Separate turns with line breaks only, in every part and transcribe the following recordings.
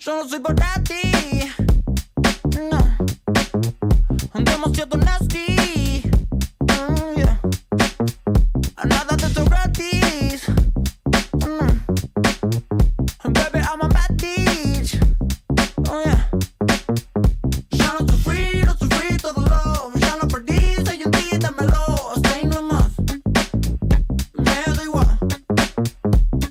soy para ti. No. Demasiado nasty. Mm, yeah. Nada de eso gratis. Mm. Baby, I'm a bad bitch. Oh, yeah. Ya no sufrí, no sufrí todo lo. Ya lo perdí, soy un día, dámelo. Stay no más. Me da igual.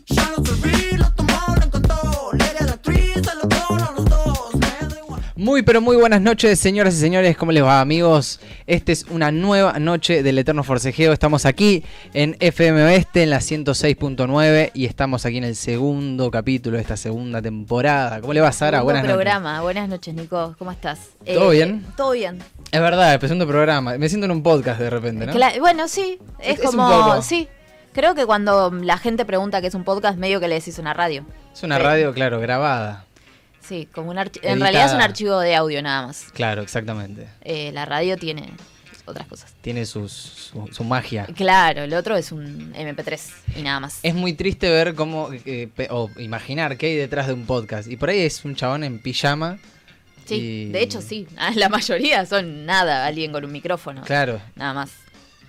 Ya lo sufrí, lo tomó, lo encantó. Le di a la actriz, se lo dono a los dos. Me da igual.
Muy pero muy buenas noches, señoras y señores. ¿Cómo les va, amigos? Esta es una nueva noche del Eterno Forcejeo. Estamos aquí en FM Oeste, en la 106.9, y estamos aquí en el segundo capítulo de esta segunda temporada. ¿Cómo le va, Sara?
Segundo
Buenas noches.
programa. Buenas noches, Nico. ¿Cómo estás? Eh,
¿Todo bien?
Todo bien. Eh,
Es verdad, el segundo programa. Me siento en un podcast de repente, ¿no?
Cla- bueno, sí. Es,
Es un
como.
poco.
Sí. Creo que cuando la gente pregunta qué es un podcast, medio que le decís una radio.
Es una radio, claro, grabada.
Sí, como un archi-
Editada.
En realidad es un archivo de audio nada más.
Claro, exactamente.
Eh, la radio tiene otras cosas.
Tiene sus- su, su magia.
Claro, el otro es un MP3 y nada más.
Es muy triste ver cómo, eh, pe- o imaginar qué hay detrás de un podcast. Y por ahí es un chabón en pijama.
Sí,
y-
de hecho sí. La mayoría son nada, alguien con un micrófono.
Claro.
Nada más.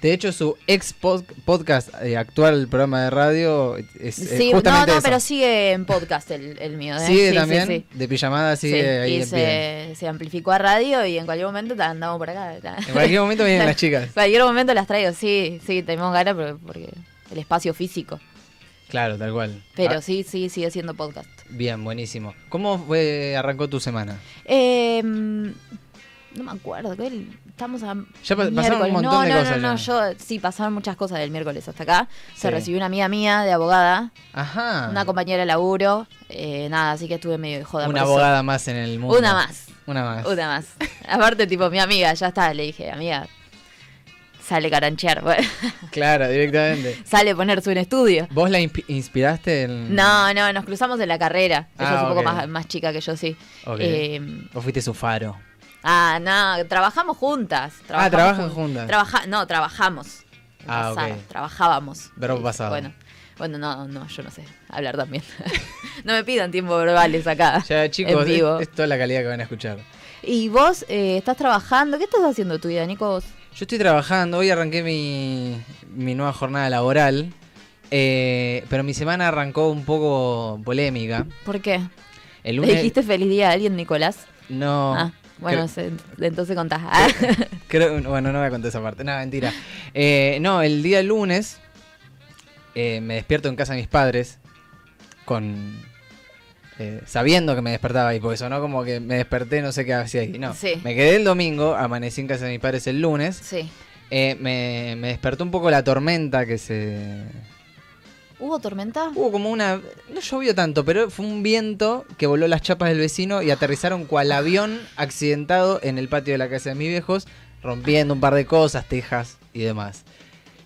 De hecho, su ex pod- podcast eh, actual programa de radio es, es
Sí, no,
justamente
no,
eso.
pero sigue en podcast el, el mío. ¿eh?
Sigue
Sí, sí,
también
sí.
de pijamada, sigue
Sí,
ahí
y
en pie.
se, se amplificó a radio y en cualquier momento ta- andamos por acá. ta.
En cualquier momento vienen las chicas.
En cualquier momento las traigo, sí, sí, tenemos ganas porque, porque el espacio físico.
Claro, tal cual.
Pero
Ah,
sí, sí, sigue siendo podcast.
Bien, buenísimo. ¿Cómo fue- arrancó tu semana?
Eh, mm, no me acuerdo, que el- estamos a.
Ya pa- pasaron un
miércoles.
montón
no,
de
no,
cosas
No, no,
ya.
yo. Sí, pasaron muchas cosas del miércoles hasta acá.
Sí. Ah.
Se recibió una amiga mía de abogada,
Ajá.
una compañera de laburo. eh, nada, así que estuve medio de joda.
Una
por eso.
abogada más en el mundo.
Una más.
Una más.
Una más. Aparte, tipo, mi amiga, ya está, le dije, amiga, sale caranchear, bueno,
Claro, directamente.
sale ponerse un estudio.
¿Vos la inspi- inspiraste en...?
No, no, nos cruzamos en la carrera. Ella
Mm. Ah,
es un
ok.
poco más, más chica que yo, sí.
Ok.
Eh,
¿O fuiste su faro?
ah, no, trabajamos juntas. trabajamos
Ah, trabajan
jun-
juntas.
Trabaja, no, trabajamos. En
Ah, ok.
pasado, Trabajábamos.
Verbo
Sí,
pasado.
Bueno, bueno, no, no, yo no sé hablar también. no me pidan tiempo verbales acá.
Ya, chicos,
en vivo.
es, es toda la calidad que van a escuchar.
Y vos eh, estás trabajando. ¿Qué estás haciendo tu vida, Nico? ¿Vos?
Yo estoy trabajando, hoy arranqué mi, mi nueva jornada laboral, eh, pero mi semana arrancó un poco polémica.
¿Por qué?
El
¿Le
lunes...
dijiste feliz día a alguien, Nicolás?
No.
Ah, bueno,
cre-
se- entonces contás. Ah,
creo- bueno, no voy a contar esa parte, no, mentira. Eh, no, el día lunes eh, me despierto en casa de mis padres con... eh, sabiendo que me despertaba ahí, porque sonó como que me desperté, no sé qué hacía ahí. No,
Sí.
me quedé el domingo, amanecí en casa de mis padres el lunes.
sí.
Eh, me, me despertó un poco la tormenta que se...
¿Hubo tormenta?
Hubo como una... No llovió tanto, pero fue un viento que voló las chapas del vecino y aterrizaron cual avión accidentado en el patio de la casa de mis viejos, rompiendo un par de cosas, tejas y demás.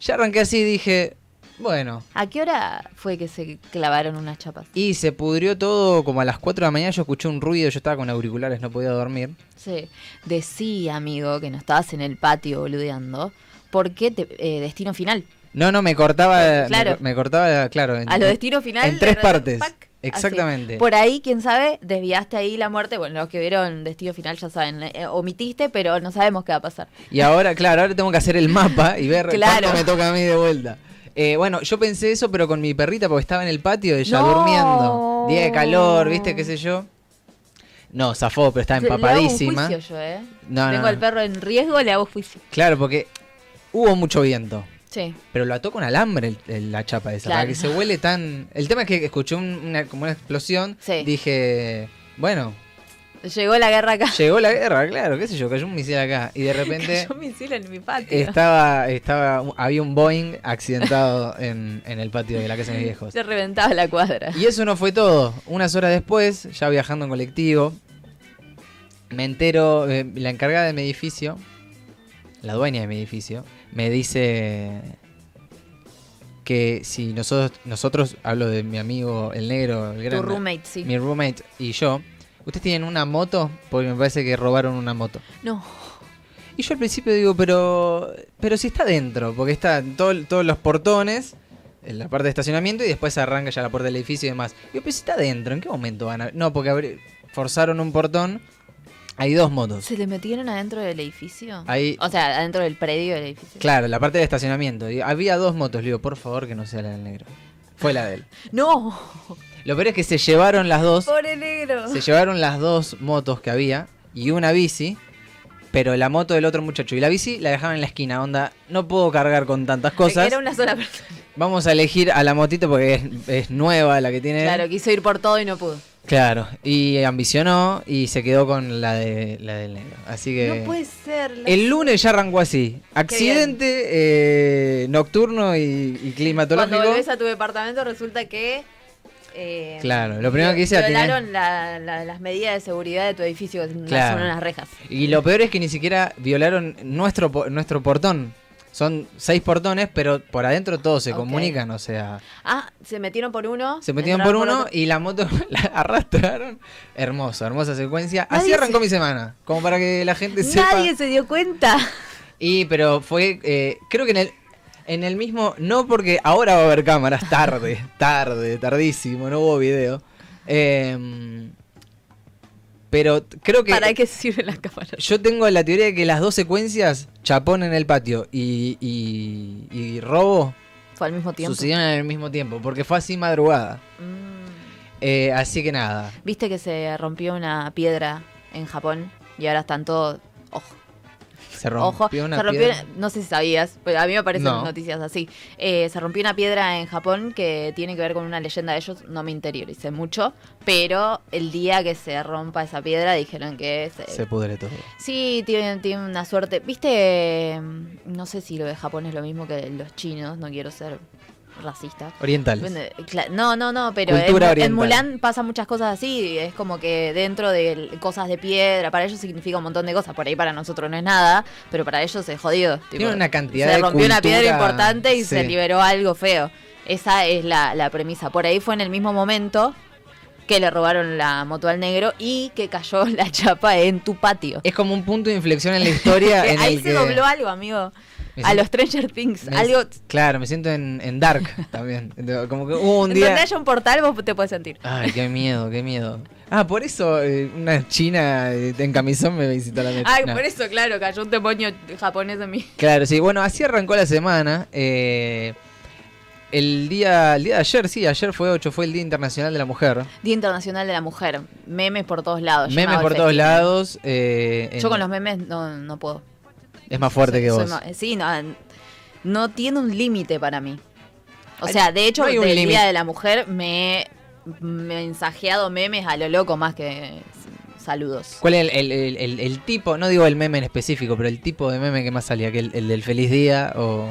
Ya arranqué así y dije, bueno.
¿A qué hora fue que se clavaron unas chapas?
Y se pudrió todo como a las 4 de la mañana, yo escuché un ruido, yo estaba con auriculares, no podía dormir.
Sí. Decí, amigo, que no estabas en el patio boludeando. ¿Por qué te- eh, destino final?
No, no, me cortaba, me
Claro.
co- me, cortaba, claro. en-
A lo destino final.
En tres
de-
partes.
pac,
Exactamente.
así. Por ahí, quién sabe, desviaste ahí la muerte. Bueno, los que vieron destino final ya saben, eh, omitiste, pero no sabemos qué va a pasar.
Y ahora, claro, ahora tengo que hacer el mapa y ver
Claro.
cuánto me toca a mí de vuelta. Eh, bueno, yo pensé eso, pero con mi perrita, porque estaba en el patio ella
No.
durmiendo. Día de calor, ¿viste? ¿Qué sé yo? No, zafó, pero estaba
Le hago un
empapadísima.
juicio yo, ¿eh?
No, no,
Tengo
no.
al perro en riesgo, le hago juicio.
Claro, porque hubo mucho viento.
Sí.
Pero lo ató con alambre el- el- la chapa esa, para
Claro.
que se huele tan... El tema es que escuché un- una, como una explosión.
Sí.
Dije, bueno,
Llegó la guerra acá.
llegó la guerra, claro, qué sé yo, cayó un misil acá. Y de repente...
Yo me misil en mi patio.
Estaba, estaba, había un Boeing accidentado en, en el patio de la casa de mis viejos.
Se reventaba la cuadra.
Y eso no fue todo. Unas horas después, ya viajando en colectivo, me entero, eh, la encargada de mi edificio, la dueña de mi edificio, me dice que si nosotros, nosotros hablo de mi amigo el negro, el
Tu
grande,
roommate, sí.
mi roommate y yo, ustedes tienen una moto, porque me parece que robaron una moto.
No.
Y yo al principio digo, pero pero si está dentro, porque está en todo- todos los portones, en la parte de estacionamiento y después arranca ya la puerta del edificio y demás. Digo, pero si está dentro, ¿en qué momento van a.? No, porque abri- forzaron un portón. Hay dos motos.
¿Se le metieron adentro del edificio?
Ahí-
O sea, adentro del predio del edificio.
Claro, la parte de estacionamiento. Y Había dos motos, le digo, por favor que no sea la del negro. Fue la de él.
¡No!
Lo peor es que se llevaron las dos.
¡Pobre negro!
Se llevaron las dos motos que había y una bici, pero la moto del otro muchacho. Y la bici la dejaban en la esquina, onda, no puedo cargar con tantas cosas.
Era una sola persona.
Vamos a elegir a la motito porque es, es nueva la que tiene. él.
Claro, quiso ir por todo y no pudo.
Claro, y ambicionó y se quedó con la de la del negro. Así que
No puede ser. la-
el lunes ya arrancó así. Accidente eh, nocturno y, y climatológico.
Cuando volvés a tu departamento resulta que... eh,
Claro, lo primero que hice atiné-
Violaron la- la- las medidas de seguridad de tu edificio, que
Claro.
son unas rejas.
Y lo peor es que ni siquiera violaron nuestro po- nuestro portón. Son seis portones, pero por adentro todos se
Ok.
comunican, o sea,
Ah, se metieron por uno.
se metieron por
entraron
uno
otro.
y la moto la arrastraron. Hermoso, hermosa secuencia. Así
Nadie
arrancó mi semana, como para que la gente sepa.
Nadie se dio cuenta.
Y pero fue, eh, creo que en el, en el mismo, no porque ahora va a haber cámaras, tarde, tarde, tardísimo, no hubo video. Em, pero t- creo que...
¿Para qué sirve la cámara?
Yo tengo la teoría de que las dos secuencias, Chapón en el patio y, y, y Robo,
Fue al mismo tiempo.
sucedieron en el mismo tiempo, porque fue así madrugada.
Mm.
Eh, así que nada.
Viste que se rompió una piedra en Japón y ahora están todos. Ojo,
Se rompió
ojo.
una
se rompió,
piedra.
no sé si sabías, pero a mí me aparecen
No.
las noticias así. Eh, se rompió una piedra en Japón que tiene que ver con una leyenda de ellos. No me interioricé mucho, pero el día que se rompa esa piedra dijeron que se-
Se pudre todo.
Sí, tienen, tienen una suerte. Viste, mm, no sé si lo de Japón es lo mismo que los chinos, no quiero ser racista.
Orientales.
Bueno, cla- No, no, no, pero
Cultura
en,
oriental.
en Mulan pasa muchas cosas así, es como que dentro de l- cosas de piedra, para ellos significa un montón de cosas, por ahí para nosotros no es nada, pero para ellos es jodido. tipo,
Tiene una cantidad
se
de
rompió una piedra
cultura,
importante y se
sí.
liberó algo feo. Esa es la, la premisa. Por ahí fue en el mismo momento que le robaron la moto al negro y que cayó la chapa en tu patio.
Es como un punto de inflexión en la historia. en
ahí
el
se
que-
dobló algo, amigo.
Me
A
siento-
los Stranger Things,
me-
algo...
Claro, me siento en, en Dark también. Como que hubo un
en
día.
Donde haya un portal vos te puedes sentir.
Ay, qué miedo, qué miedo. Ah, por eso eh, una china eh, en camisón me visitó la meta.
Ay, por eso, claro, cayó un demonio japonés en mí.
Claro, sí. Bueno, así arrancó la semana. eh, el, día, el día de ayer, sí, ayer fue 8, fue el Día Internacional de la Mujer.
Día Internacional de la Mujer. Memes por todos lados.
Memes
llamado
por
el
todos
festival.
lados. eh, en-
Yo con los memes no, no puedo.
Es más fuerte
Soy-
que
soy
vos.
ma- sí, no, ah, no tiene un límite para mí. O sea, de hecho,
no hay un
del
límite.
Día de la Mujer me he mensajeado memes a lo loco más que s- saludos.
¿Cuál es el, el- el- el- el tipo? No digo el meme en específico, pero el tipo de meme que más salía, que el, el del feliz día o...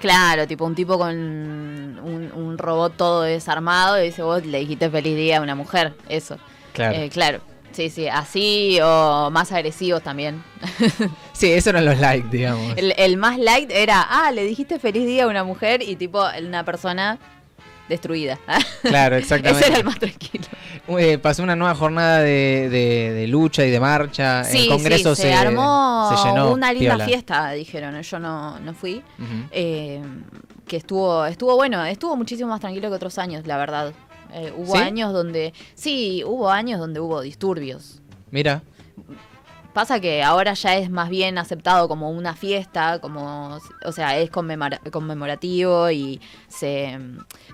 Claro, tipo un tipo con un, un robot todo desarmado y dice, vos le dijiste feliz día a una mujer. Eso.
Claro.
Eh, claro. Sí, sí, así o más agresivos también.
sí, esos eran los likes, digamos.
El, el más light era, ah, le dijiste feliz día a una mujer y tipo una persona destruida.
Claro, exactamente.
Ese era el más tranquilo.
Eh, pasó una nueva jornada de, de- de lucha y de marcha. Ah, el Congreso
sí,
se,
armó
se llenó.
una linda
piola.
fiesta, dijeron. Yo no, no fui.
Ujú.
Eh, que estuvo, estuvo bueno, estuvo muchísimo más tranquilo que otros años, la verdad. Eh, hubo
¿Sí?
años donde, sí, hubo años donde hubo disturbios.
Mira,
Pasa que ahora ya es más bien aceptado como una fiesta, como, o sea, es conmemora- conmemorativo y se,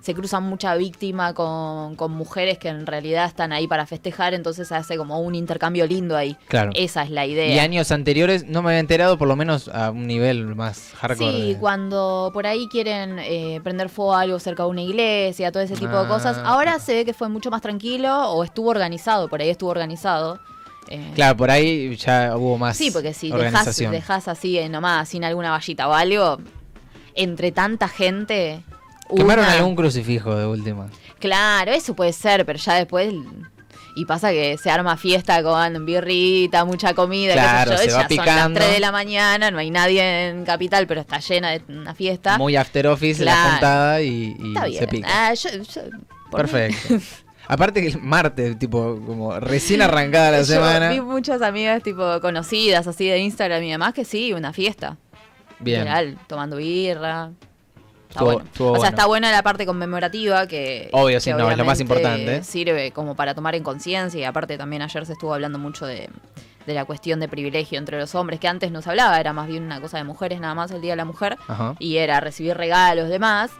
se cruzan mucha víctima con, con mujeres que en realidad están ahí para festejar, entonces se hace como un intercambio lindo ahí.
claro.
Esa es la
Y
idea.
años anteriores no me había enterado, por lo menos a un nivel más hardcore.
Sí,
de-
cuando por ahí quieren eh, prender fuego a algo cerca de una iglesia, todo ese tipo de
Ah.
cosas. Ahora se ve que fue mucho más tranquilo o estuvo organizado, por ahí estuvo organizado. Eh,
Claro, por ahí ya hubo más.
Sí, porque si dejas,
organización.
dejas así eh, nomás, sin alguna vallita o algo, entre tanta gente.
Quemaron
una-
algún crucifijo de última.
Claro, eso puede ser, pero ya después. Y pasa que se arma fiesta con birrita, mucha comida, qué sé
Claro,
yo,
se va
ya Son
picando.
las 3 de la mañana, no hay nadie en Capital, pero está llena de una fiesta.
Muy after office la
Claro.
juntada y, y
está bien.
se pica.
Ah, yo- yo- por mí-
Perfecto. Aparte que el martes, tipo, como recién arrancada la
yo
semana.
Vi muchas amigas tipo conocidas así de Instagram y demás que sí, una fiesta.
Bien.
General, tomando birra. está
Estuvo-
bueno.
estuvo
o sea,
bueno.
está buena la parte conmemorativa que.
Obvio, sí,
que
no, es lo más
obviamente
importante.
Sirve como para tomar en conciencia y aparte también ayer se estuvo hablando mucho de, de la cuestión de privilegio entre los hombres, que antes no se hablaba, era más bien una cosa de mujeres nada más el Día de la Mujer
Ajá.
y era recibir regalos, demás.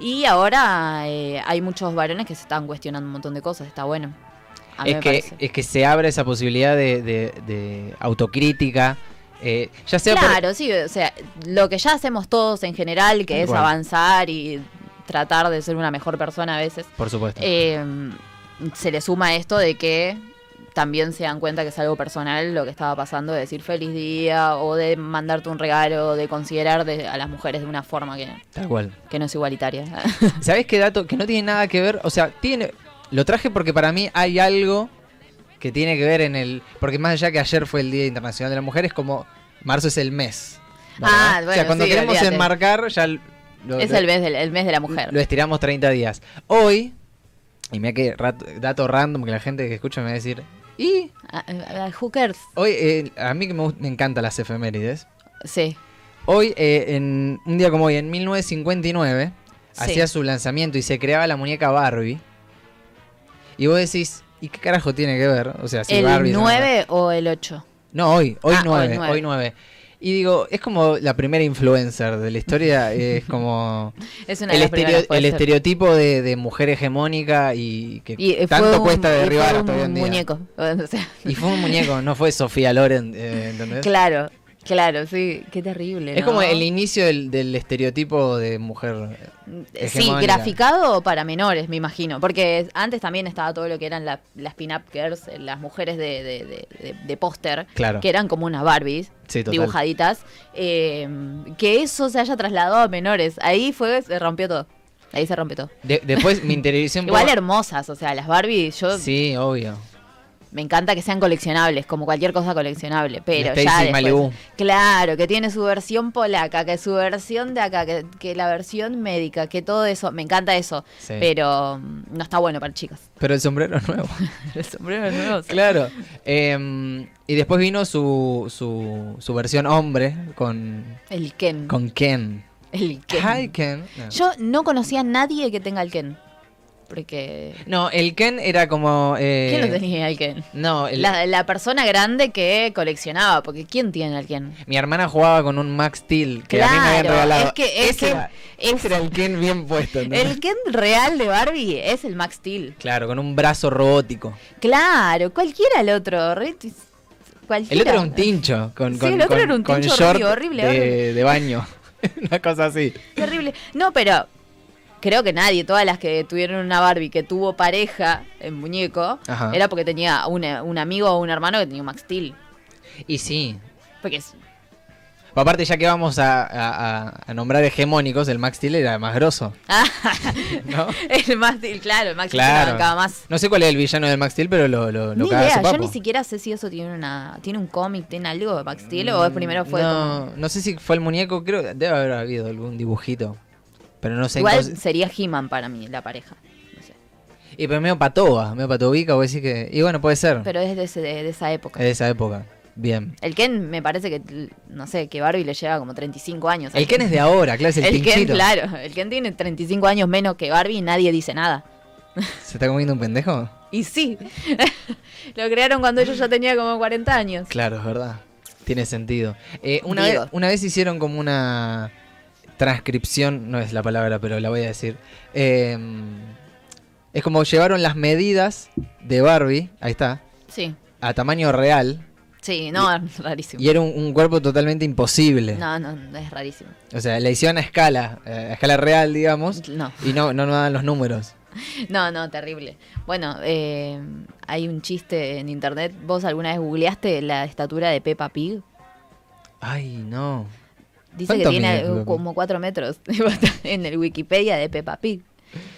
Y ahora eh, hay muchos varones que se están cuestionando un montón de cosas, está bueno. A mí
Es
me
que,
parece.
es que se abre esa posibilidad de, de- de autocrítica. eh, ya sea por-
Claro, sí, o sea, lo que ya hacemos todos en general, que
Tal
es
cual.
avanzar y tratar de ser una mejor persona a veces,
por supuesto.
eh, se le suma esto de que también se dan cuenta que es algo personal lo que estaba pasando, de decir feliz día o de mandarte un regalo, de considerar de- a las mujeres de una forma que,
tal cual.
que no es igualitaria.
¿Sabés qué dato? Que no tiene nada que ver. O sea, tiene. Lo traje porque para mí hay algo que tiene que ver en el. Porque más allá que ayer fue el Día Internacional de la Mujer, es como. Marzo es el mes.
Ah,
O sea,
bueno,
cuando
sí,
queremos
olvídate.
enmarcar, ya. l- Lo,
es
lo-
el mes, del, el mes de la mujer.
Lo estiramos 30 días. Hoy. Y mira qué rat- dato random que la gente que escucha me va a decir. Y
Ah, ah, who cares?
hoy, eh, a mí que me, gust- me encantan las efemérides.
Sí.
Hoy, eh, en un día como hoy, en 1959,
Sí.
hacía su lanzamiento y se creaba la muñeca Barbie. Y vos decís, ¿y qué carajo tiene que ver? O sea, si
¿El
Barbie es una-
9 o el 8?
No, hoy, hoy
Ah, hoy
9,
nueve.
hoy 9. Y digo, es como la primera influencer de la historia, eh, es como
Es una de
el, estereo-
las primeras, puede
el
ser.
estereotipo de, de mujer hegemónica y que
Y eh, fue
tanto
un-
cuesta
y fue
derribar
un
hasta hoy en día.
muñeco. o sea,
Y fue un muñeco, no fue Sofía Loren, eh, ¿entendés?
claro, claro, sí, qué terrible.
Es
¿no?
como el inicio del, del estereotipo de mujer.
Eh, Sí,
hegemónica.
graficado para menores, me imagino. Porque antes también estaba todo lo que eran la- las pin-up girls, eh, las mujeres de, de- de- de- de póster,
Claro.
que eran como unas Barbies
Sí, total.
dibujaditas. eh, que eso se haya trasladado a menores. Ahí fue, se rompió todo. Ahí se rompió todo.
De- después me interioricé un poco-
Igual hermosas, o sea, las Barbies, yo
Sí, obvio.
Me encanta que sean coleccionables, como cualquier cosa coleccionable, pero
Stacy
ya después-
Malibu.
Claro, que tiene su versión polaca, que su versión de acá, que, que la versión médica, que todo eso, me encanta eso,
Sí.
pero mm, no está bueno para chicas.
Pero el sombrero nuevo.
El sombrero nuevo.
claro. Em, y después vino su, su, su versión hombre con,
El Ken.
con Ken.
El Ken.
Hi, Ken. No.
Yo no conocía a nadie que tenga el Ken. Porque
No, el Ken era como. eh,
¿quién lo tenía el Ken?
No, el-
La, la persona grande que coleccionaba, porque ¿quién tiene al Ken?
mi hermana jugaba con un Max Steel que a mí me habían
Claro,
regalado.
es que- es
Ese
que-
era,
es-
ese era el Ken bien puesto. ¿entendés?
El Ken real de Barbie es el Max Steel.
Claro, con un brazo robótico.
Claro, cualquiera el otro. re- Cualquiera.
El otro era un tincho. Con,
Sí,
con-
el otro
con-
era un
con
tincho
short
horrible, horrible,
de,
horrible.
de baño. Una cosa así.
Terrible. No, pero creo que nadie, todas las que tuvieron una Barbie que tuvo pareja en muñeco,
Ajá.
era porque tenía un, un amigo o un hermano que tenía un Max Steel.
Y sí.
Porque es-
Aparte, ya que vamos a, a- a- a nombrar hegemónicos, el Max Steel era más grosso.
Ah,
¿No?
el Max Steel, claro, el Max Steel se la
claro.
bancaba más.
No sé cuál es el villano del Max Steel, pero lo, lo, lo
ni
caga a su
idea, yo
papo.
ni siquiera sé si eso tiene una tiene un cómic, tiene algo de Max Steel o es primero fue
Mm, no, no sé si fue el muñeco, creo que debe haber habido algún dibujito. Pero no sé.
como- Igual
entonces-
sería He-Man para mí, la pareja. No sé.
Y pero medio patoba, medio patobica, voy a decir que. Y bueno, puede ser.
Pero es de, ese- de- de esa época.
Es de esa época. Bien.
El Ken me parece que, no sé, que Barbie le lleva como 35 años.
El Ken es de ahora, claro, es el,
El Ken,
pinchito.
claro. El Ken tiene 35 años menos que Barbie y nadie dice nada.
¿Se está comiendo un pendejo?
Y sí, lo crearon cuando yo ya tenía como 40 años.
Claro, es verdad. Tiene sentido. Eh, una, vez,
Digo.
una vez hicieron como una transcripción, no es la palabra, pero la voy a decir. Eh, es como llevaron las medidas de Barbie, ahí está,
Sí,
a tamaño real.
sí, no, es rarísimo.
Y era un, un cuerpo totalmente imposible.
No, no, no, es rarísimo.
O sea, la hicieron a escala, eh, a escala real, digamos.
No,
Y no, no nos dan los números.
no, no, terrible. Bueno, eh, hay un chiste en internet. ¿Vos alguna vez googleaste la estatura de Peppa Pig?
Ay, no.
Dice que
¿Cuánto mide
tiene eh,
Peppa Pig?
como 4 metros en el Wikipedia de Peppa Pig.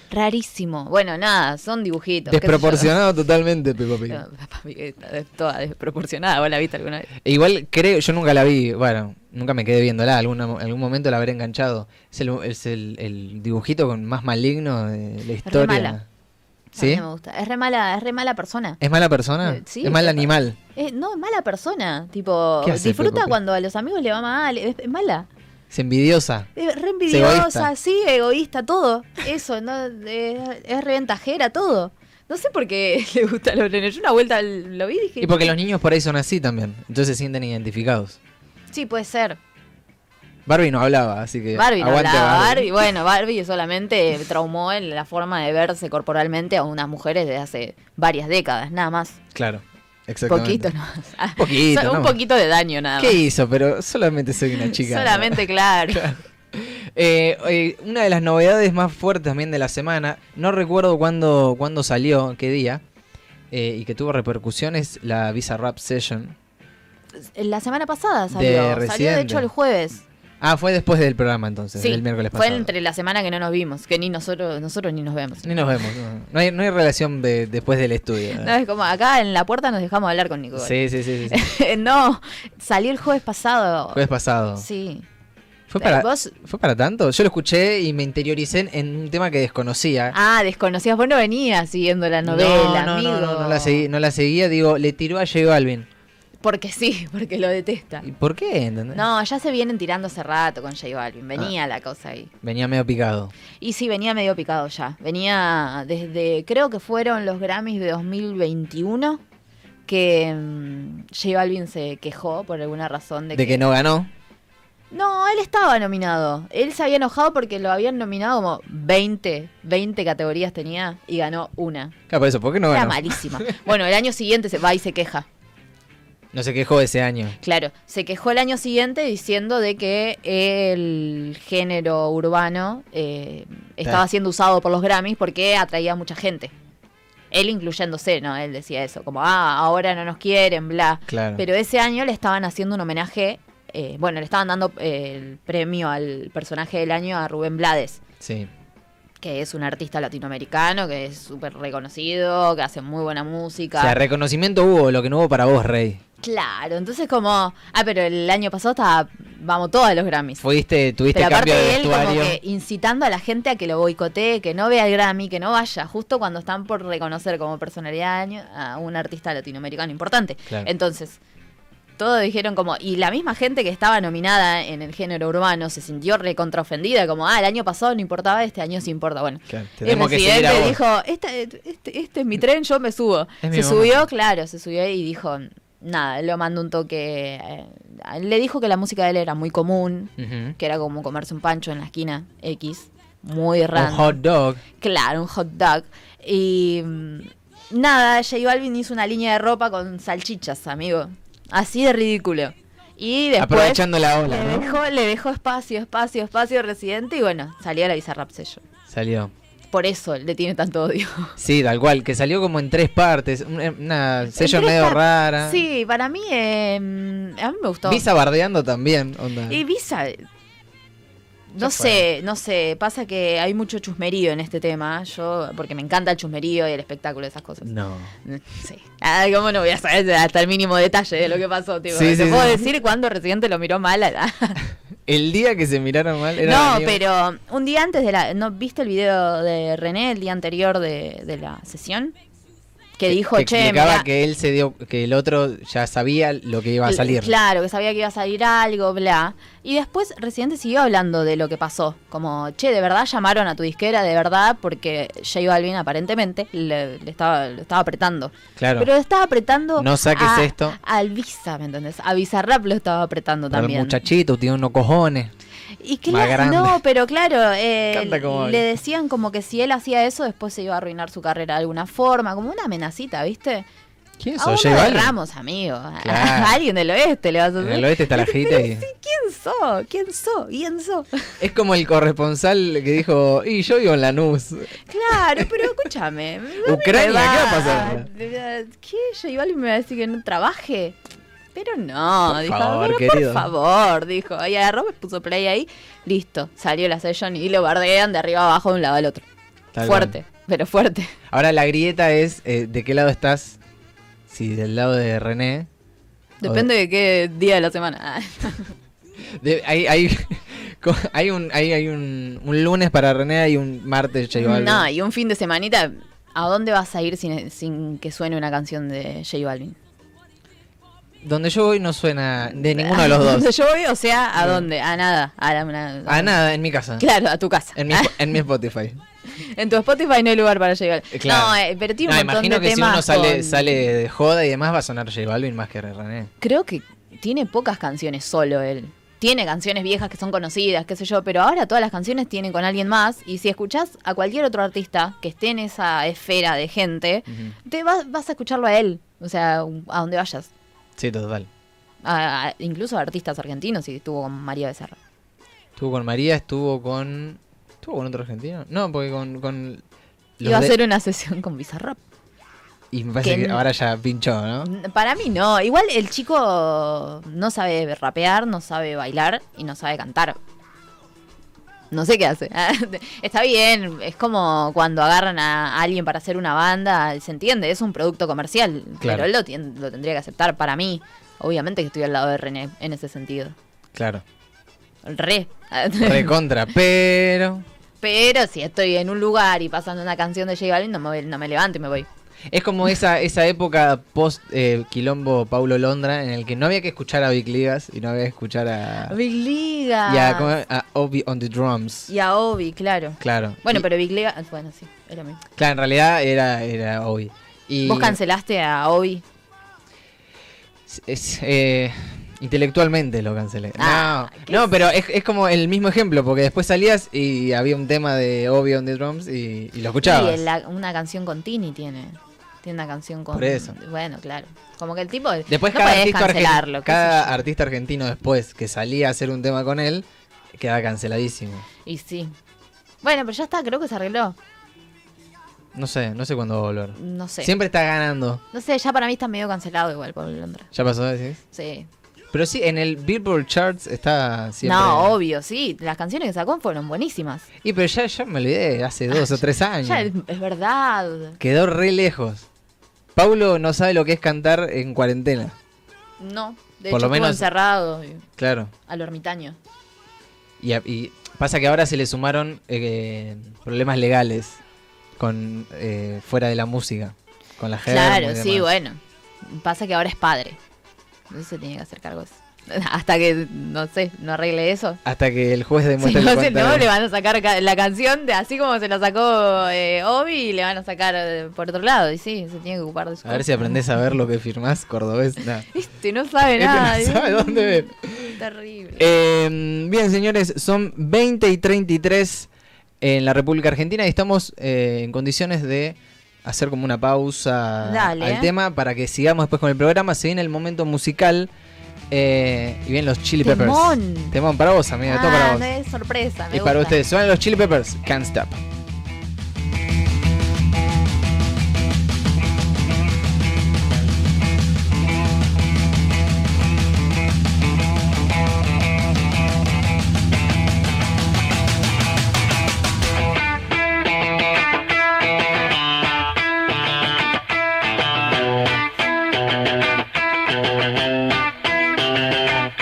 Rarísimo. Bueno, nada, son dibujitos. qué sé yo.
Desproporcionado totalmente, Peppa Pig.
No, Peppa Pig está de- toda desproporcionada, ¿vos la viste alguna vez?
E Igual creo, yo nunca la vi, bueno, nunca me quedé viéndola, alguna, algún momento la habré enganchado. Es el, es el, el dibujito con más maligno de la historia.
mala.
¿Sí?
A mí no me gusta. Es re mala, es re mala persona.
¿Es mala persona?
Eh, sí,
es mal
Peppa.
animal.
Eh, no, es mala persona. Tipo,
¿Qué hace
disfruta
Peppa Pig?
cuando a los amigos le va mal. Es, es mala.
Es envidiosa.
Eh, Re envidiosa,
egoísta.
sí, egoísta, todo. Eso, no, eh, es reventajera, todo. No sé por qué le gusta a los nenes. Yo una vuelta lo vi y dije.
Y porque los niños por ahí son así también. Entonces se sienten identificados.
Sí, puede ser.
Barbie no hablaba, así que.
Barbie no
aguante
hablaba. Barbie. Bueno, Barbie solamente traumó en la forma de verse corporalmente a unas mujeres desde hace varias décadas, nada más.
Claro, exactamente.
Poquito, nomás. Ah,
Poquito,
so- Un
nomás.
poquito de daño, nada más.
¿Qué hizo? Pero solamente soy una chica.
Solamente, claro.
Eh, eh, una de las novedades más fuertes también de la semana, no recuerdo cuándo, cuándo salió, qué día, eh, y que tuvo repercusiones, la Visa Rap Session.
La semana pasada
De
salió. salió, de
Residente.
hecho, el jueves.
Ah, fue después del programa entonces,
Sí,
del miércoles
fue
pasado.
entre la semana que no nos vimos, que ni nosotros, nosotros ni nos vemos.
Ni nos vemos. No, No hay, no hay relación de, después del estudio.
No, es como acá en la puerta nos dejamos hablar con Nico.
sí, sí, sí, sí, sí.
no, salió el jueves pasado.
Jueves pasado.
Sí.
¿Fue, para,
Vos-
¿Fue para tanto? Yo lo escuché y me interioricé en un tema que desconocía.
Ah, desconocías. Vos no venías siguiendo la novela,
no, no,
amigo.
no, no, no la segui- no la seguía, digo, le tiró a J Balvin.
Porque sí, porque lo detesta.
¿Y ¿Por qué? ¿Entendés?
Ah. No, ya se vienen tirando hace rato con J Balvin.
Ah.
Venía la cosa ahí.
Venía medio picado.
Y sí, venía medio picado ya. Venía desde, creo que fueron los Grammys de 2021, que mm, J Balvin se quejó por alguna razón de,
De que no ganó.
No, él estaba nominado. Él se había enojado porque lo habían nominado como 20, 20 categorías tenía y ganó una.
Claro, por eso, ¿por qué no
Era
ganó?
malísima. Bueno, el año siguiente se va y se queja.
No se quejó ese año.
Claro, se quejó el año siguiente diciendo de que el género urbano eh, estaba
Ta.
siendo usado por los Grammys porque atraía a mucha gente. Él incluyéndose, ¿no? Él decía eso, como, ah, ahora no nos quieren, bla.
Claro.
Pero ese año le estaban haciendo un homenaje, eh, bueno, le estaban dando eh, el premio al personaje del año a Rubén Blades,
Sí.
que es un artista latinoamericano, que es súper reconocido, que hace muy buena
O
música.
sea, reconocimiento hubo, lo que no hubo para vos, Rey.
Claro, entonces como, ah, pero el año pasado estaba, vamos, todos a los Grammys.
Fuiste, tuviste
Pero
cambio de
aparte él como
vestuario.
que incitando a la gente a que lo boicotee, que no vea el Grammy, que no vaya, justo cuando están por reconocer como personalidad de año a un artista latinoamericano importante.
Claro.
Entonces, todos dijeron como, y la misma gente que estaba nominada en el género urbano se sintió recontraofendida, como, ah, el año pasado no importaba, este año sí importa. Bueno,
Claro, te
el
tenemos que seguir a
presidente
vos.
dijo, "Esta- este, este es mi tren, yo me subo.
Es mi
se
momento.
subió, claro, se subió y dijo, nada, lo mandó un toque. eh, le dijo que la música de él era muy común,
Ujú.
que era como comerse un pancho en la esquina X, muy
Un
random.
hot dog.
Claro, un hot dog. Y mm, nada, J Balvin hizo una línea de ropa con salchichas, amigo. Así de ridículo. Y después
Aprovechando la
le
ola, ¿no?
dejó, le dejó espacio, espacio, espacio residente y bueno, salió la Bizarrap Session.
Salió.
Por eso le tiene tanto odio.
Sí, tal cual, que salió como en tres partes. Una, una sello
Pero
medio
esta-
rara.
Sí, para mí, eh, mm, a mí me gustó.
Visa bardeando también, onda.
Y Visa. No
Ya fue.
sé, no sé. Pasa que hay mucho chusmerío en este tema. Yo, porque me encanta el chusmerío y el espectáculo de esas cosas.
No.
Sí. Ah, ¿cómo no voy a saber hasta el mínimo detalle de lo que pasó? Tipo,
Sí,
¿Te
sí,
puedo
sí.
decir cuándo Residente lo miró mal?
El día que se miraron mal era
no,
el amigo-
pero un día antes de la. ¿No viste el video de René el día anterior de, de la sesión? Que dijo, che,
explicaba
mirá,
que él se dio, que el otro ya sabía lo que iba a salir.
Claro, que sabía que iba a salir algo, bla. Y después Residente siguió hablando de lo que pasó. Como, che, de verdad llamaron a tu disquera, de verdad, porque J Balvin aparentemente le, le estaba, lo estaba apretando.
Claro.
Pero lo estaba apretando.
No saques
a-
esto.
Al Visa, ¿me entendés? A Bizarrap lo estaba apretando
Para el
también.
muchachito, tiene unos cojones.
Y
más
claro,
grande.
no, pero claro, eh,
Canta como
le
habla.
decían como que si él hacía eso, después se iba a arruinar su carrera de alguna forma, como una amenacita, ¿viste?
¿Quién
a
sos? J
uno de
Balvin?
Ramos, amigo. A-
Claro.
A alguien del oeste le vas a
En
hacer.
el oeste está la jita y-
Sí, ¿Quién sos? ¿Quién sos? ¿Quién sos?
Es como el corresponsal que dijo, y yo vivo en Lanús.
Claro, pero escúchame. a mí me
Ucrania,
va-
¿qué va a pasar?
¿Qué? J Balvin me va a decir que no trabaje. Pero no,
Por
dijo,
favor,
pero por
querido.
favor, dijo. Y agarró, puso play ahí, listo, salió la sesión y lo bardean de arriba abajo de un lado al otro.
Tal
fuerte, pero fuerte.
cual. Ahora la grieta es, eh, ¿de qué lado estás? Si del lado de René.
Depende de qué día de la semana.
De- hay, hay, co- hay un, hay, hay un, un lunes para René y un martes J Balvin.
no, y un fin de semanita, ¿a dónde vas a ir sin, sin que suene una canción de J Balvin?
donde yo voy no suena de ninguno de los
Donde
dos.
yo voy, o sea, ¿a dónde? A nada. A, la- una-
A nada, en mi casa.
Claro, a tu casa.
Ah. En mi, en mi Spotify.
En tu Spotify no hay lugar para llegar.
Eh, claro.
No, eh, pero tiene un
No,
montón
imagino
de
que si
temas
uno sale,
con-
sale de joda y demás va a sonar J Balvin más que René.
Creo que tiene pocas canciones solo él. Tiene canciones viejas que son conocidas, qué sé yo, pero ahora todas las canciones tienen con alguien más. Y si escuchás a cualquier otro artista que esté en esa esfera de gente, te vas, vas a escucharlo a él. O sea, a donde vayas.
Sí, total.
A- a- incluso a artistas argentinos, y estuvo con María Becerra.
Estuvo con María, estuvo con... ¿Estuvo con otro argentino? No, porque con... con los
Iba a
de-
hacer una sesión con Bizarrap.
Y me parece
que
que
n-
ahora ya pinchó, ¿no?
Para mí no. Igual el chico no sabe rapear, no sabe bailar y no sabe cantar. No sé qué hace. Está bien, es como cuando agarran a alguien para hacer una banda, se entiende, es un producto comercial,
Claro.
pero él lo, tien- lo tendría que aceptar para mí. Obviamente que estoy al lado de René en ese sentido.
Claro.
Re.
Recontra, pero...
pero si estoy en un lugar y pasando una canción de J Balvin, no me, no me levanto y me voy.
Es como esa, esa época post eh, quilombo Paulo Londra en el que no había que escuchar a Big Ligas y no había que escuchar a,
Big Liga.
Ah. y a, ¿cómo es? a Obi on the Drums.
Y a Obi, claro.
Claro.
Bueno,
Y-
pero Big Liga, bueno, sí, era mío.
Claro, en realidad era, era Obi. Y
Vos cancelaste a Obi.
es- eh, intelectualmente lo cancelé.
Ah, ¿qué
no, no, pero es, es como el mismo ejemplo, porque después salías y había un tema de Obi on the Drums y, y lo escuchabas.
Y la- una canción con Tini tiene. Tiene una canción con.
Por eso.
Bueno, claro. Como que el tipo.
Después
no
cada,
podés
artista, argen-
cancelarlo. qué
cada
sé yo.
artista argentino después que salía a hacer un tema con él, quedaba canceladísimo.
Y sí. Bueno, pero ya está, creo que se arregló.
No sé, no sé cuándo va a volver.
No sé.
Siempre está ganando.
No sé, ya para mí está medio cancelado igual Pablo Londra.
Ya pasó, decís.
Sí.
Pero sí, en el Billboard Charts está siempre.
No, obvio, sí. Las canciones que sacó fueron buenísimas.
Y pero ya, ya me olvidé, hace dos o tres años.
Ah, Ya, es, es verdad.
Quedó re lejos. Paulo no sabe lo que es cantar en cuarentena.
No.
Por
De hecho,
lo
estuvo
menos-
encerrado y-
Claro.
al ermitaño.
Y, a- y pasa que ahora se le sumaron eh, problemas legales con eh, fuera de la música. Con la gente.
Claro, sí, bueno. Pasa que ahora es padre. No se tiene que hacer cargo de eso. Hasta que, no sé, no arregle eso.
Hasta que el juez
Si
demuestre
no,
lo
se- no, le
contrario.
van a sacar ca- la canción de así como se la sacó eh, Obi, le van a sacar eh, por otro lado. Y sí, se tiene que ocupar de su
A ver
cosa.
si aprendes a ver lo que firmás, cordobés. Nah.
Este no sabe
Este no
nada.
sabe
Dios
dónde
mío, Terrible.
Eh, bien, señores, son 20 y 33 en la República Argentina y estamos eh, en condiciones de hacer como una pausa
Dale. eh.
al tema para que sigamos después con el programa. Se viene el momento musical eh, y bien los Chili Peppers.
Temón.
Temón para vos, amiga, todo para
Ah,
vos.
no es sorpresa. me
y para
gusta.
ustedes, suenan los Chili Peppers, Can't Stop.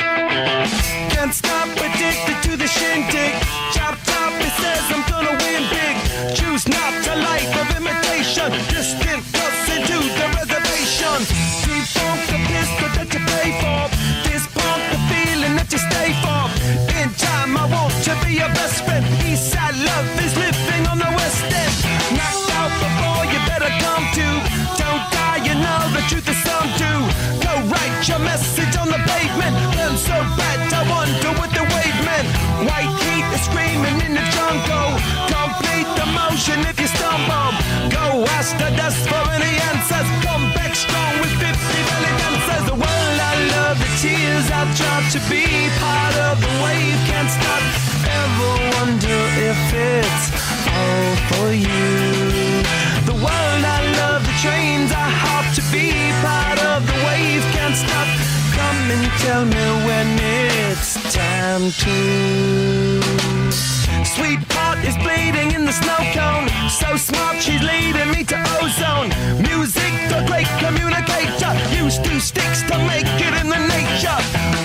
Can't stop, addicted to the shindig. Chop top, it says I'm gonna win big. Choose not to life of imitation. Distant cuts into the reservation. Defunct the pistol that you pay for. This pump, the feeling that you stay for. In time, I want to be your best friend. Eastside love is living on the west end. Knocked out before you better come to. Don't die, you know the truth is some do. Go write your message on the pavement. Them so bad, I wonder what the wave meant. White heat is screaming in the jungle. Complete the motion if you stumble. Go ask the dust for any answers. Come back strong with 50 belly dancers. The world I love, the tears I drop to be part of the wave can't stop. Ever wonder if it's all for you? The world I love, the trains I hop to be part of the wave can't stop. Come and tell me when it's time to. Sweet pot is bleeding in the snow cone. So smart, she's leading me to ozone. Music, the great communicator. Use two sticks to make it in the nature.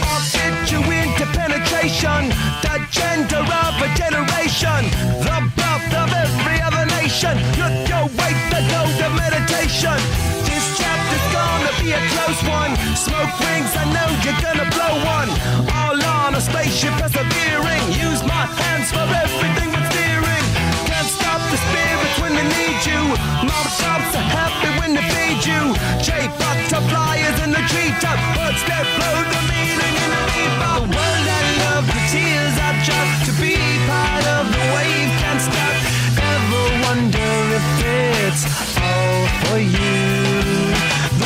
I'll get you into penetration. The gender of a generation. The birth of every other nation. Look your way, the gold of meditation. This chapter's gonna be be a close one. Smoke rings, I know you're gonna blow one. All on a spaceship persevering. Use my hands for everything but steering. Can't stop the spirits when they need you. Mom shops are happy when they feed you. J butterflies in the treetop. Birds that blow the meaning in the bebop. The world I love, the tears I drop. To be part of the wave can't stop. Ever wonder if it's all for you?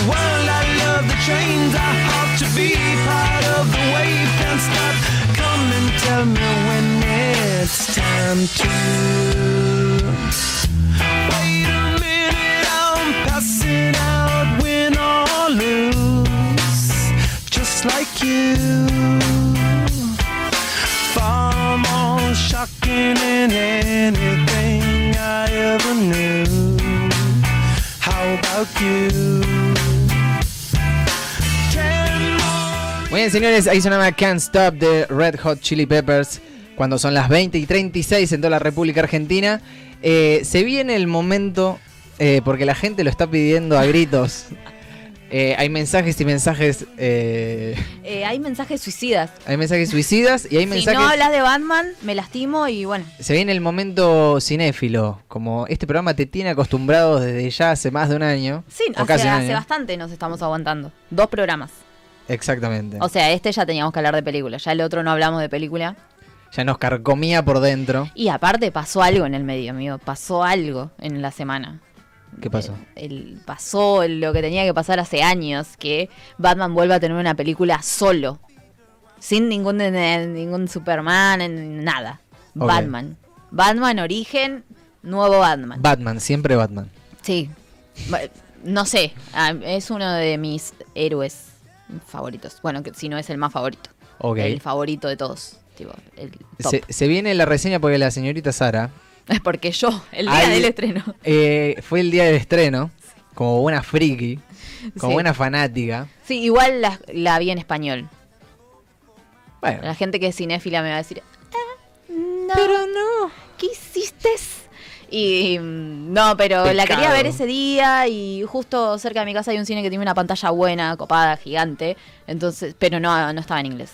The world I love, the chains I hop. To be part of the wave can't stop. Come and tell me when it's time to. Wait a minute, I'm passing out, win or lose, just like you. Far more shocking than anything I ever knew. How about you? Ten more
Muy bien, señores, ahí sonaba Can't Stop de Red Hot Chili Peppers cuando son las 20 y 36 en toda la República Argentina. Eh, se viene el momento, eh, porque la gente lo está pidiendo a gritos. Eh, hay mensajes y mensajes. eh,
Eh, hay mensajes suicidas.
hay mensajes suicidas y hay
Si
mensajes.
no hablas de Batman, me lastimo y bueno.
Se viene el momento cinéfilo. Como este programa te tiene acostumbrados desde ya hace más de un año.
Sí,
o
o
casi
sea,
un
hace
año.
bastante nos estamos aguantando. Dos programas.
Exactamente.
O sea, este ya teníamos que hablar de película, ya el otro no hablamos de película.
ya nos carcomía por dentro.
Y aparte pasó algo en el medio, amigo, pasó algo en la semana.
¿Qué
Eh,
pasó?
El, pasó lo que tenía que pasar hace años, que Batman vuelva a tener una película solo, sin ningún, ningún Superman, en- nada.
Ok.
Batman. Batman Origen, nuevo Batman.
Batman, siempre Batman.
Sí. Ba- No sé, ah, es uno de mis héroes favoritos. Bueno, que si no es el más favorito.
Ok.
El favorito de todos. Tipo, el top.
Se, se viene la reseña porque la señorita Sara
Porque yo, el día
Ay.
del estreno.
eh, fue el día del estreno, como buena friki, como
Sí.
buena fanática.
Sí, igual la, la vi en español.
Bueno,
La gente que es cinéfila me va a decir, "Ah, no, pero no, ¿qué hiciste? Y mm, no, pero la
Pecado.
quería ver ese día y justo cerca de mi casa hay un cine que tiene una pantalla buena, copada, gigante. Entonces, pero no, no estaba en inglés.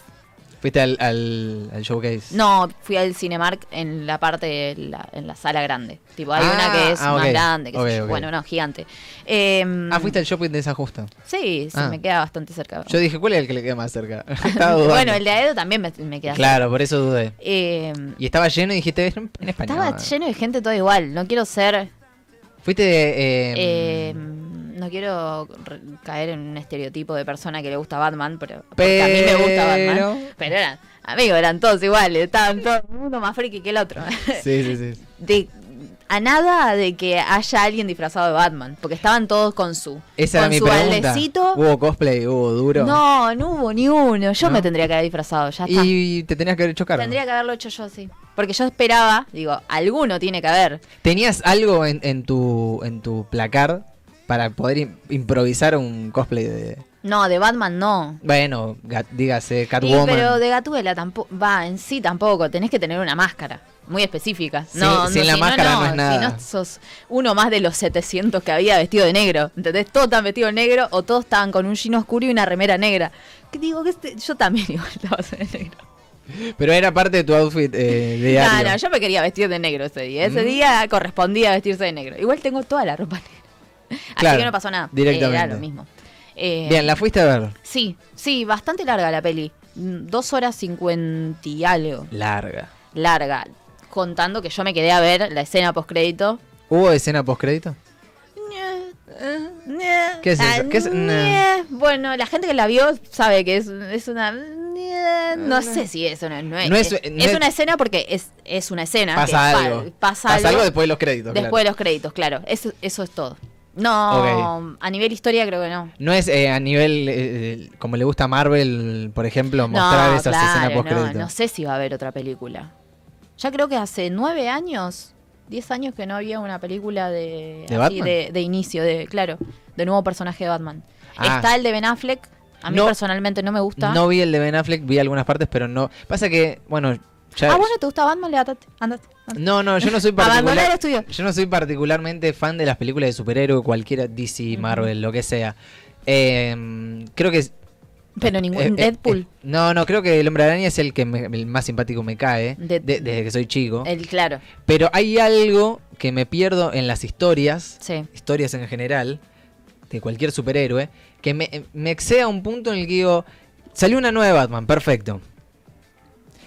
fuiste al, al- al showcase.
No, fui al Cinemark en la parte, de la- en la sala grande. Tipo, hay
Ah,
una que es
ah,
más
ok.
grande, que sé
Ok,
yo.
ok.
bueno, no, gigante. Em,
Ah, fuiste al shopping de San Justo.
Sí, sí,
Ah.
me queda bastante cerca.
Yo dije, ¿cuál es el que le queda más cerca? Estaba dudando.
bueno, el de Aedo también me, me queda cerca.
Claro, por eso dudé.
Em,
Y estaba lleno y dijiste, "Es en en español.
estaba lleno de gente todo igual. No quiero ser.
Fuiste eh,
em, no quiero re- caer en un estereotipo de persona que le gusta Batman, pero. Porque
pero...
a mí me gusta Batman. Pero eran. Amigos, eran todos iguales. Estaban todos. Uno más friki que el otro.
Sí, sí, sí.
de a nada de que haya alguien disfrazado de Batman, porque estaban todos con su
Esa
con
era mi
su
pregunta.
baldecito.
¿Hubo cosplay? ¿Hubo duro?
No, no hubo ni uno. Yo
¿No?
me tendría que haber disfrazado, ya está.
Y te tenías que haber hecho cargo.
Tendría que haberlo hecho yo, sí. Porque yo esperaba, digo, alguno tiene que haber.
¿Tenías algo en, en tu, en tu placar para poder im- improvisar un cosplay de...
No, de Batman no.
Bueno, ga- dígase
Y,
Catwoman.
pero de Gatuela tampoco, va, en sí tampoco, tenés que tener una máscara. Muy específica.
Sin-
No, no,
sin la
si no,
máscara no es
Si
nada.
no sos uno más de los 700 que había vestido de negro. ¿Entendés? Todos estaban vestidos de negro o todos estaban con un jean oscuro y una remera negra. Que digo que este- yo también igual estaba de negro.
Pero era parte de tu outfit eh,
No,
diario. Mm.
no, yo me quería vestir de negro ese día. Ese día correspondía vestirse de negro. Igual tengo toda la ropa negra. Así
Claro,
que no pasó nada.
directamente.
Era lo mismo. Eh,
Bien, la fuiste a ver.
Sí, sí, bastante larga la peli. Mm, Dos horas cincuenta y algo.
Larga.
larga. Contando que yo me quedé a ver la escena postcrédito.
¿Hubo escena postcrédito?
Ah,
¿Qué es eso? ¿Qué es- no.
Bueno, la gente que la vio sabe que es, es una... No sé si es una... No es,
Ah, No es-
es,
no es-
una escena porque es, es una escena. que
Pasa
pa-
algo.
Pasa,
algo
algo
después de los créditos.
después
claro.
de los créditos, claro. Eso, eso es todo. No, a nivel historia creo que no.
No es eh, a nivel, eh, como le gusta a Marvel, por ejemplo, mostrar
no,
esas escenas
claro, no,
postcrédito.
no sé si va a haber otra película. Ya creo que hace nueve años, diez años que no había una película de,
¿De
así
Batman?
de- de inicio, de claro, de nuevo personaje de Batman.
Ah.
Está el de Ben Affleck, a mí
No.
personalmente no me gusta.
No vi el de Ben Affleck, vi algunas partes, pero no. Pasa que, bueno, ya.
ah, bueno, ¿te gusta Batman? Levantate, andate. andate.
No, no, yo no soy
Abandoná el
particular,
estudio.
Yo no soy particularmente fan de las películas de superhéroe, cualquiera DC, Marvel, lo que sea. Eh, creo que. es-
Pero
eh, eh,
ningún Deadpool.
eh, no, no, creo que el hombre araña es el que me- el más simpático me cae.
De-
de- desde que soy chico.
El claro,
Pero hay algo que me pierdo en las historias.
sí.
historias en general, de cualquier superhéroe, que me, eh, me exceda un punto en el que digo, salió una nueva Batman, perfecto.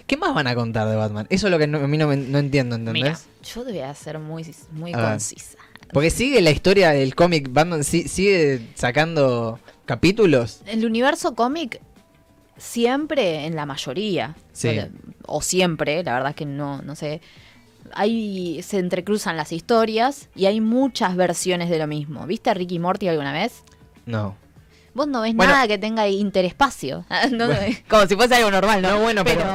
¿Qué más van a contar de Batman? Eso es lo que no- a mí no, me- no entiendo, ¿entendés?
Mira, yo te voy a ser muy, muy
A ver.
concisa.
Porque sigue la historia del cómic, Batman si- sigue sacando capítulos.
El universo cómic siempre, en la mayoría,
Sí.
o la- o siempre, la verdad es que no, no sé, hay, se entrecruzan las historias y hay muchas versiones de lo mismo. ¿Viste a Ricky Morty alguna vez?
No.
Vos no ves
Bueno.
nada que tenga interespacio. No,
Bueno.
Como si fuese algo normal, ¿no?
No, bueno, pero-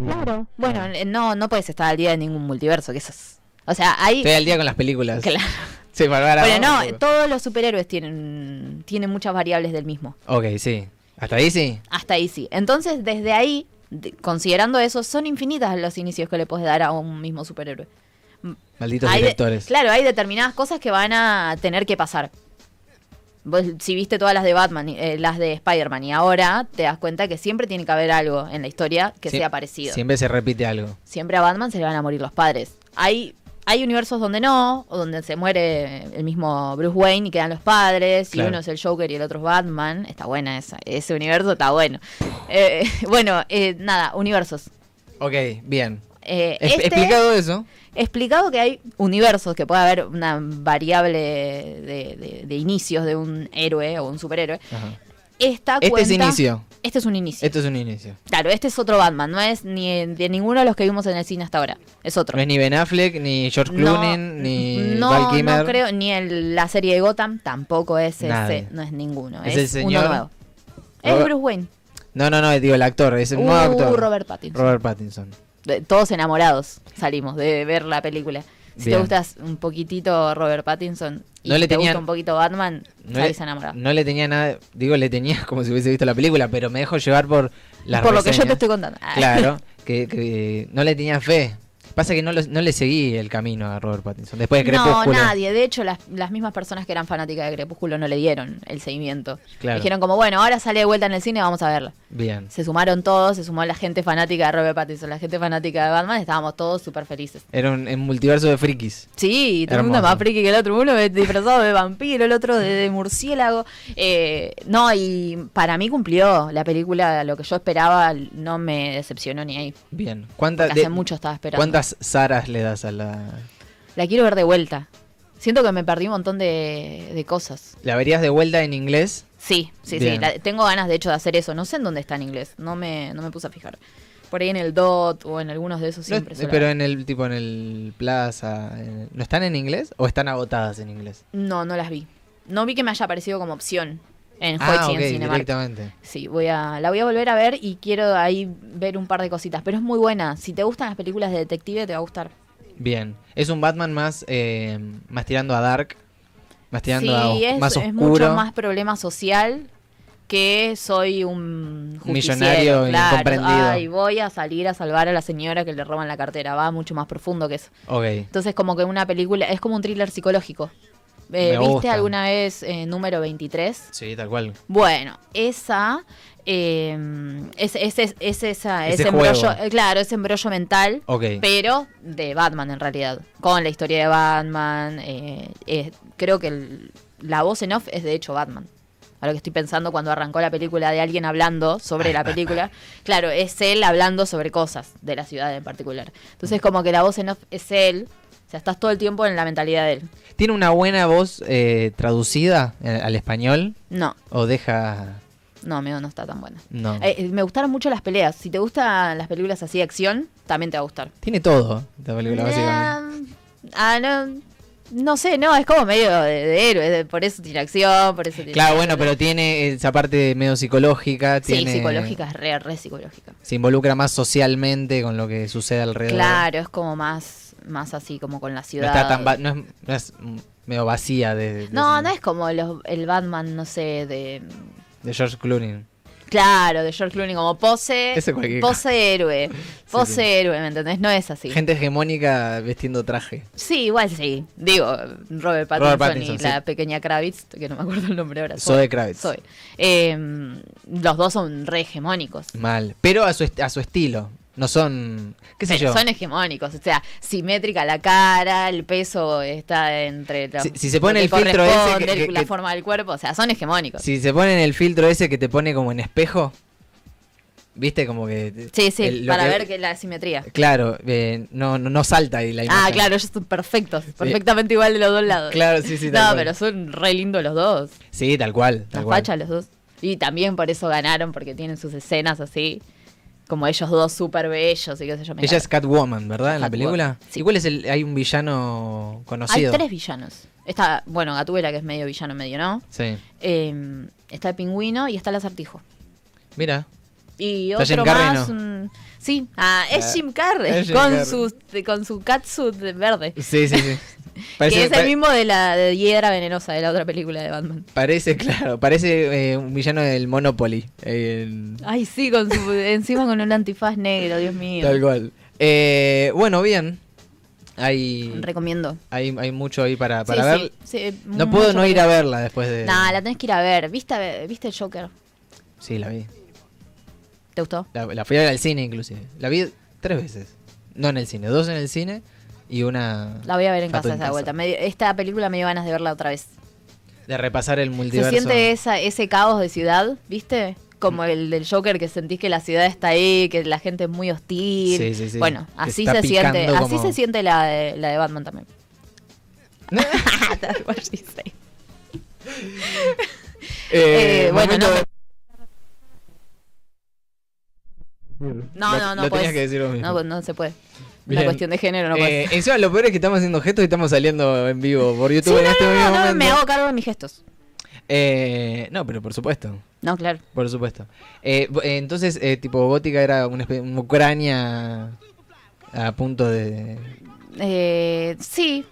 Claro. Bueno, eh, no, no puedes estar al día de ningún multiverso, que eso es- O sea, hay...
Estoy al día con las películas.
Claro.
Sí, Bárbara,
Bueno,
vamos
no,
un poco.
todos los superhéroes tienen, tienen muchas variables del mismo.
Ok, sí. ¿Hasta ahí sí?
Hasta ahí sí. Entonces, desde ahí, de- considerando eso, son infinitas los inicios que le puedes dar a un mismo superhéroe.
Malditos
Hay de-
directores.
claro, hay determinadas cosas que van a tener que pasar. Vos, si viste todas las de Batman, y- eh, las de Spider-Man, y ahora te das cuenta que siempre tiene que haber algo en la historia que
Sie-
sea parecido.
Siempre se repite algo.
Siempre a Batman se le van a morir los padres. Hay, hay universos donde no, o donde se muere el mismo Bruce Wayne y quedan los padres,
Claro.
y uno es el Joker y el otro es Batman. Está buena esa, ese universo está bueno. Eh, bueno, eh, nada, universos.
Ok, bien.
Eh,
Es-
este-
Explicado eso.
Explicado que hay universos, que puede haber una variable de, de- de inicios de un héroe o un superhéroe.
Ajá.
Esta
Este es
cuenta-
inicio.
Este es un inicio.
Esto es un inicio.
Claro, este es otro Batman, no es ni de ninguno de los que vimos en el cine hasta ahora. Es otro.
No es ni Ben Affleck, ni George Clooney, ni
no,
Val Kilmer.
no creo, ni el- la serie de Gotham tampoco es ese,
Nadie.
no es ninguno.
Es
Es,
el señor-
uno nuevo. Es
Robert-
Bruce Wayne.
No, no, no, digo el actor, es el nuevo
Uh,
actor.
Robert Pattinson.
Robert Pattinson.
De- Todos enamorados salimos de ver la película. Si
Bien.
te gustas un poquitito Robert Pattinson y
No le
te
tenían-
gusta un poquito Batman,
No
salís
le,
enamorado.
no le tenía nada, digo, le tenía como si hubiese visto la película, pero me dejo llevar por las
Por lo que yo
reseñas.
te estoy contando. Ah.
Claro, que, que no le tenía fe. Pasa que no, lo- no le seguí el camino a Robert Pattinson. Después de
No,
Crepúsculo.
nadie. De hecho, las, las mismas personas que eran fanáticas de Crepúsculo no le dieron el seguimiento.
Claro.
Dijeron como, bueno, ahora sale de vuelta en el cine, vamos a verla.
Bien.
Se sumaron todos, se sumó la gente fanática de Robert Pattinson, la gente fanática de Batman, estábamos todos súper felices.
Era un, un multiverso de frikis.
Sí, todo el mundo
Hermoso.
más friki que el otro, uno disfrazado de vampiro, el otro de, de murciélago. Eh, no, y para mí cumplió la película, lo que yo esperaba no me decepcionó ni ahí.
Bien. ¿Cuántas
Porque hace mucho estaba esperando.
¿Cuántas Saras le das a la.
La quiero ver de vuelta. Siento que me perdí un montón de, de cosas.
¿La verías de vuelta en inglés?
Sí, sí,
Bien.
sí. la- tengo ganas, de hecho, de hacer eso. No sé en dónde está en inglés. No me, no me puse a fijar. Por ahí en el DOT o en algunos de esos
No,
siempre. suele
pero
haber.
en el tipo en el Plaza, en- ¿no están en inglés o están agotadas en inglés?
No, no las vi. No vi que me haya aparecido como opción en Hoichi
ah, ok,
en Cinemark.
directamente.
Sí, voy a, la voy a volver a ver y quiero ahí ver un par de cositas. Pero es muy buena. Si te gustan las películas de detective, te va a gustar.
Bien, es un Batman más eh, más tirando a dark, más tirando a os-
sí, es,
más
es
oscuro,
mucho más problema social que soy un justiciero,
Millonario
claro.
incomprendido.
Ay, voy a salir a salvar a la señora que le roban la cartera. Va mucho más profundo que eso.
Ok,
Entonces, como que una película, es como un thriller psicológico. Eh,
Me
¿Viste
gusta.
alguna vez eh, número 23?
sí, tal cual.
Bueno, esa eh, es, es- es- es esa,
Ese
ese,
juego.
embrollo, eh, claro, ese embrollo mental,
Ok,
pero de Batman en realidad, con la historia de Batman. eh, eh, creo que el- la voz en off es de hecho Batman. Ahora que estoy pensando cuando arrancó la película de alguien hablando sobre la película, claro, es él hablando sobre cosas de la ciudad en particular. Entonces como que la voz en off es él, o sea, estás todo el tiempo en la mentalidad de él.
¿tiene una buena voz eh, traducida eh, al español
No,
o deja
no, amigo, no está tan buena.
no?
Eh, eh, me gustaron mucho las peleas. Si te gustan las películas así de acción, también te va a gustar.
Tiene todo esta película básicamente.
Eh, ah, no. No sé, no, es como medio de, de héroe, de- por eso tiene acción, por eso tiene...
Claro, bueno, pero tiene esa parte medio psicológica,
Sí,
tiene
psicológica, es re, re psicológica.
se involucra más socialmente con lo que sucede alrededor.
Claro, es como más, más así, como con la
No
ciudad.
está tan va- no es, no es, mm, medio vacía de, de-
No, no es como los- el Batman, no sé, de...
de George Clooney.
Claro, de George Clooney, como pose.
Eso cualquier
Pose héroe. Pose
sí.
héroe, ¿me entendés? No es así.
Gente hegemónica vestiendo traje.
Sí, igual sí. Digo, Robert Pattinson,
Pattinson,
y
sí.
la pequeña Kravitz, que no me acuerdo el nombre ahora.
Zoe Kravitz.
Zoe. Eh, los dos son re hegemónicos.
Mal. Pero a su, est- a su estilo. No son. ¿Qué sé yo?
Son hegemónicos, o sea, simétrica la cara, el peso está entre la-
Si- si se pone
lo que
el filtro ese
corresponde,
que-
el-
que-
la
que-
forma del cuerpo, o sea, son hegemónicos.
Si se ponen el filtro ese que te pone como en espejo. ¿Viste? Como que.
Sí, sí,
el- lo
para ver que la simetría.
Claro, eh, no, no, no salta ahí la imagen.
Ah, claro, ellos son perfectos, perfectamente igual de los dos lados.
Claro, sí, sí, tal
No,
cual.
pero son re lindos los dos,
Sí, tal cual. Tal
las
cual.
fachas los dos. Y también por eso ganaron, porque tienen sus escenas así, como ellos dos súper bellos y qué sé yo. me
Ella es Catwoman, ¿verdad? En la
Catwoman,
película.
sí.
¿Y cuál es el.? Hay un villano
Hay
conocido.
tres villanos. Está, bueno, Gatuela, que es medio villano, medio no.
Sí.
Eh, está el pingüino y está el acertijo.
Mira.
Y
Está Jim
otro
Carrey,
más.
¿no?
un- sí, ah, es
Ah,
Jim Carrey.
es Jim
con,
Carrey.
Su, con su catsuit de verde.
Sí, sí, sí. Parece,
que es
pa-
el mismo de la de Hiedra Venenosa, de la otra película de Batman.
Parece, claro, parece eh, un villano del Monopoly. eh, el-
Ay, sí, con su, encima con un antifaz negro, Dios mío.
Tal cual. Eh, bueno, bien. Hay,
Recomiendo.
hay, hay mucho ahí para,
Sí,
para ver.
sí, sí,
No
mucho
puedo no
para
ir a verla después de.
Nah, la tenés que ir a ver. ¿Viste, viste el Joker?
Sí, la vi.
¿Te gustó?
La, la fui a ver al cine, inclusive. La vi tres veces. No en el cine, dos en el cine y una.
La voy a ver en
Tato
casa esa vuelta. Me dio- esta película me dio ganas de verla otra vez.
De repasar el
Se
multiverso. Mm.
siente esa, ese caos de ciudad, ¿viste? Como el del Joker que sentís que la ciudad está ahí, que la gente es muy hostil.
Sí, sí, sí.
Bueno,
Que
así
está
se siente,
picando
así
como-
se siente la de, la de Batman también. That's what she say. Eh, bueno,
momento-
No,
Lo-
no, no
lo
podés.
tenías que decir vos mismo.
No, pues, no se puede.
Bien.
Una cuestión de género no
Eh,
puede.
encima lo peor es que estamos haciendo gestos y estamos saliendo en vivo por YouTube en
no,
este
no,
mismo
no, no,
momento.
me hago cargo de mis gestos.
Eh, no, pero por supuesto.
No, claro.
Por supuesto. Eh, bo- eh, entonces, eh, tipo, Gótica era una, espe- una Ucrania a punto de...
Eh, sí,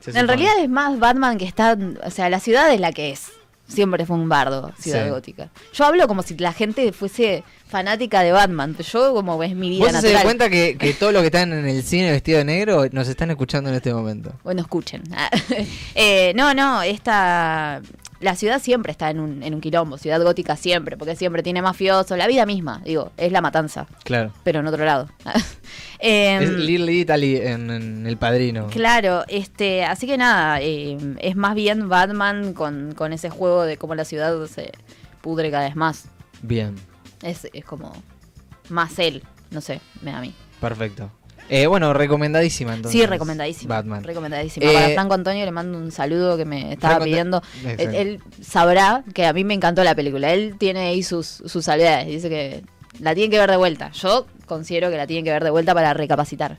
se
en
supone.
realidad es más Batman que está, o sea, la ciudad es la que es. Siempre fue un bardo, ciudad
Sí.
gótica. Yo hablo como si la gente fuese fanática de Batman, pero yo como es mi vida
¿Vos se
natural.
dan cuenta que, que todos los que están en el cine vestido de negro nos están escuchando en este momento?
Bueno, escuchen. Ah, eh, no, no, esta. La ciudad siempre está en un, en un quilombo, ciudad gótica siempre, porque siempre tiene mafiosos, la vida misma, digo, es la matanza,
Claro.
pero en otro lado. Em,
Es Little Italy en, en El Padrino.
Claro, este, así que nada, eh, es más bien Batman con, con ese juego de cómo la ciudad se pudre cada vez más.
Bien,
Es, es como más él, no sé, me da a mí.
perfecto. Eh, bueno, recomendadísima entonces.
sí, recomendadísima.
Batman.
Recomendadísima.
Eh,
Para Franco Antonio le mando un saludo que me estaba
Franco Anto-
pidiendo.
Exacto.
Él, él sabrá que a mí me encantó la película. Él tiene ahí sus, sus salvedades. Dice que la tienen que ver de vuelta. Yo considero que la tienen que ver de vuelta para recapacitar.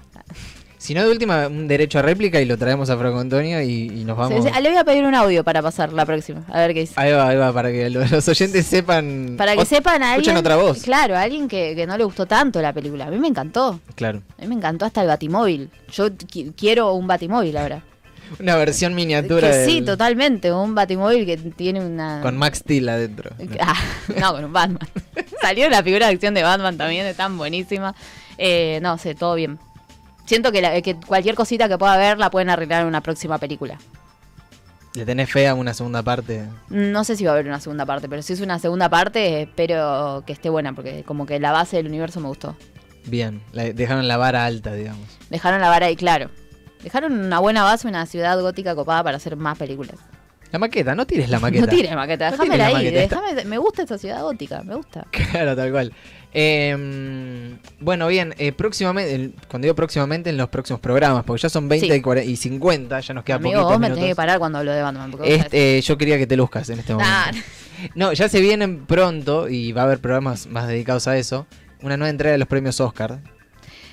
Si no, de última, un derecho a réplica y lo traemos a Franco Antonio y, y nos vamos.
Sí, sí, le voy a pedir un audio para pasar la próxima. A ver qué dice.
Ahí va, ahí va, para que lo- los oyentes sepan.
Para que
ot-
sepan a alguien.
Escuchen otra voz.
Claro, a alguien que, que no le gustó tanto la película. A mí me encantó.
Claro.
A mí me encantó hasta el batimóvil. Yo qui- quiero un batimóvil ahora.
Una versión miniatura.
Que sí,
del-
totalmente. Un batimóvil que tiene una.
Con Max Steel adentro.
Ah, no, con un Batman. Salió la figura de acción de Batman también, es tan buenísima. Eh, no sé, todo bien. Siento que, la- eh, que cualquier cosita que pueda ver la pueden arreglar en una próxima película.
Le tenés fe a una segunda parte.
No sé si va a haber una segunda parte, pero si es una segunda parte, espero que esté buena, porque como que la base del universo me gustó.
Bien. la- dejaron la vara alta, digamos.
Dejaron la vara ahí, claro. Dejaron una buena base, una ciudad gótica copada para hacer más películas.
La maqueta, no tires la maqueta.
No tires
No
maqueta, déjamela
tires la
ahí.
maqueta, está-
déjame- me gusta esta ciudad gótica, me gusta.
Claro, tal cual. Eh, bueno, bien, eh, próximamente, el- cuando digo próximamente, en los próximos programas, porque ya son 20
Sí.
y, cuare- y 50, ya nos queda
Amigo,
poquito.
vos me tenés que parar cuando hablo de Batman. Porque vos sabés- Ah,
Este, yo quería que te luzcas en este momento.
Nah.
No, ya se vienen pronto y va a haber programas más dedicados a eso. Una nueva entrega de los premios Oscar.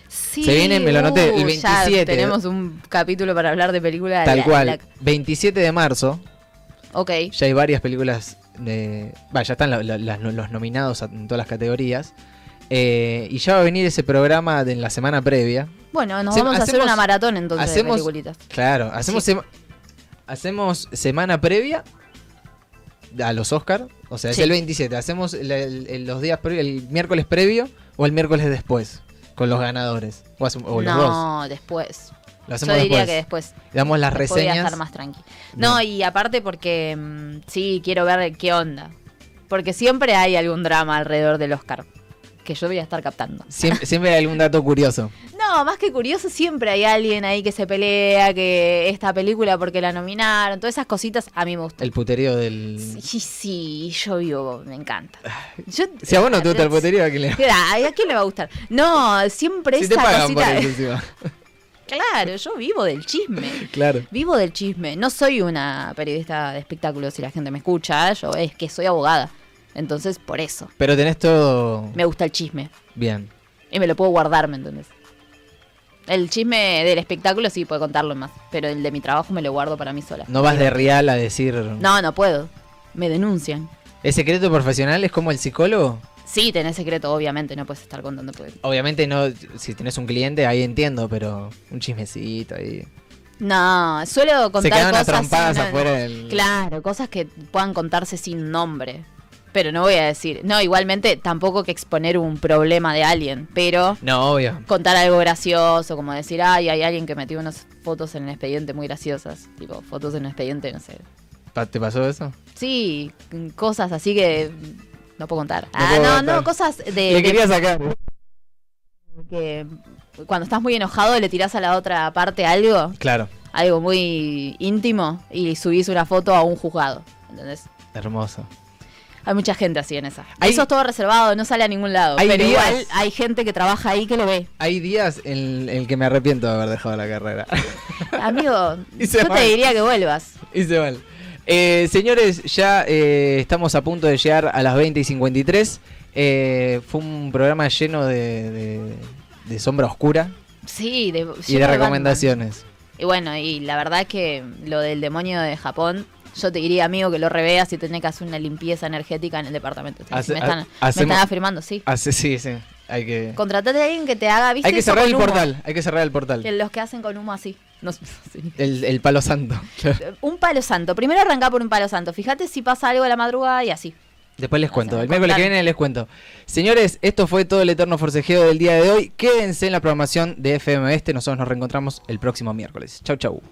Sí, uh,
Se viene, me lo anoté, el
ya
27.
tenemos un capítulo para hablar de películas.
Tal
la-
cual.
la-
27 de marzo,
ok.
ya hay varias películas. De, va, ya están la- la- las- los nominados a- en todas las categorías. Eh, y ya va a venir ese programa de en la semana previa.
Bueno, nos
Hacem-
vamos a hacer
hacemos-
una maratón entonces
hacemos-
de peliculitas.
Claro, hacemos,
Sí.
sema- hacemos semana previa a los Oscar. O sea,
Sí.
es el 27. Hacemos el- el- el- los días pre- el miércoles previo o el miércoles después con los ganadores. O, hace- o los dos.
no, después.
Lo
Yo
hacemos
diría
después.
que después.
Damos las
después voy a
reseñas.
estar más tranqui. No, y aparte porque mm, sí, quiero ver qué onda. Porque siempre hay algún drama alrededor del Oscar que yo voy a estar captando.
Siempre, siempre hay algún dato curioso.
No, más que curioso, siempre hay alguien ahí que se pelea, que esta película porque la nominaron, todas esas cositas a mí me gustan.
El puterío del.
Sí, sí, yo vivo, me encanta.
Ah.
Yo,
Si a vos no te gusta el puterío, ¿a quién le-
Mira, ¿A quién le va a gustar? No, siempre
Si te
esa
pagan por
cosita.
eso encima.
Claro, yo vivo del chisme.
Claro.
Vivo del chisme. No soy una periodista de espectáculos si la gente me escucha. Yo es que soy abogada. Entonces, por eso.
Pero tenés todo.
Me gusta el chisme.
Bien.
Y me lo puedo guardar, ¿me entendés? El chisme del espectáculo sí puedo contarlo más. Pero el de mi trabajo me lo guardo para mí sola.
No vas de real a decir.
No, no puedo. Me denuncian.
¿El secreto profesional es como el psicólogo?
Sí, tenés secreto, obviamente. No puedes estar contando. porque-
Obviamente no, si tenés un cliente ahí entiendo, pero un chismecito ahí.
No, suelo contar
Se quedan
cosas.
atrompadas
sin-
afuera del...
Claro, cosas que puedan contarse sin nombre. Pero no voy a decir. No, igualmente tampoco que exponer un problema de alguien. Pero
No, obvio.
contar algo gracioso, como decir, ay, hay alguien que metió unas fotos en el expediente muy graciosas. Tipo, fotos en el expediente, no sé.
Pa- ¿Te pasó eso?
Sí, mm, cosas así que mm, no puedo contar. ah,
puedo
no,
contar.
Eh, no, cosas de,
Le
de-
quería sacar.
que cuando estás muy enojado le tirás a la otra parte algo,
Claro,
algo muy íntimo, y subís una foto a un juzgado. ¿Entendés?
hermoso.
Hay mucha gente así en esa.
Hay-
Eso es todo reservado, no sale a ningún lado.
Hay
pero
días-
igual hay gente que trabaja ahí que lo ve.
Hay días en el que me arrepiento de haber dejado la carrera.
Amigo,
Hice
yo
mal.
te diría que vuelvas.
Hice mal. Eh, señores, ya eh, estamos a punto de llegar a las 20 y 53. Eh, fue un programa lleno de, de- de sombra oscura
Sí, de,
y de recomendaciones.
Y bueno, y la verdad que lo del demonio de Japón, yo te diría, amigo, que lo reveas y tenés que hacer una limpieza energética en el departamento. Sí,
Hace-
me, están,
ha-
me
hacemos-
están afirmando, sí.
Ah, sí, sí, sí. Hay que...
Contratate a alguien que te haga, ¿viste?
Hay que
eso
cerrar
con
el
humo?
portal, hay que cerrar el portal.
Que los que hacen con humo así. No, sé, sí.
El, el palo santo.
Un palo santo. Primero arrancá por un palo santo. Fíjate si pasa algo a la madrugada y así.
Después les cuento.
Hacemos
El miércoles que
portal.
viene les cuento. Señores, esto fue todo el eterno forcejeo del día de hoy. Quédense en la programación de FM Este. Nosotros nos reencontramos el próximo miércoles. Chau, chau.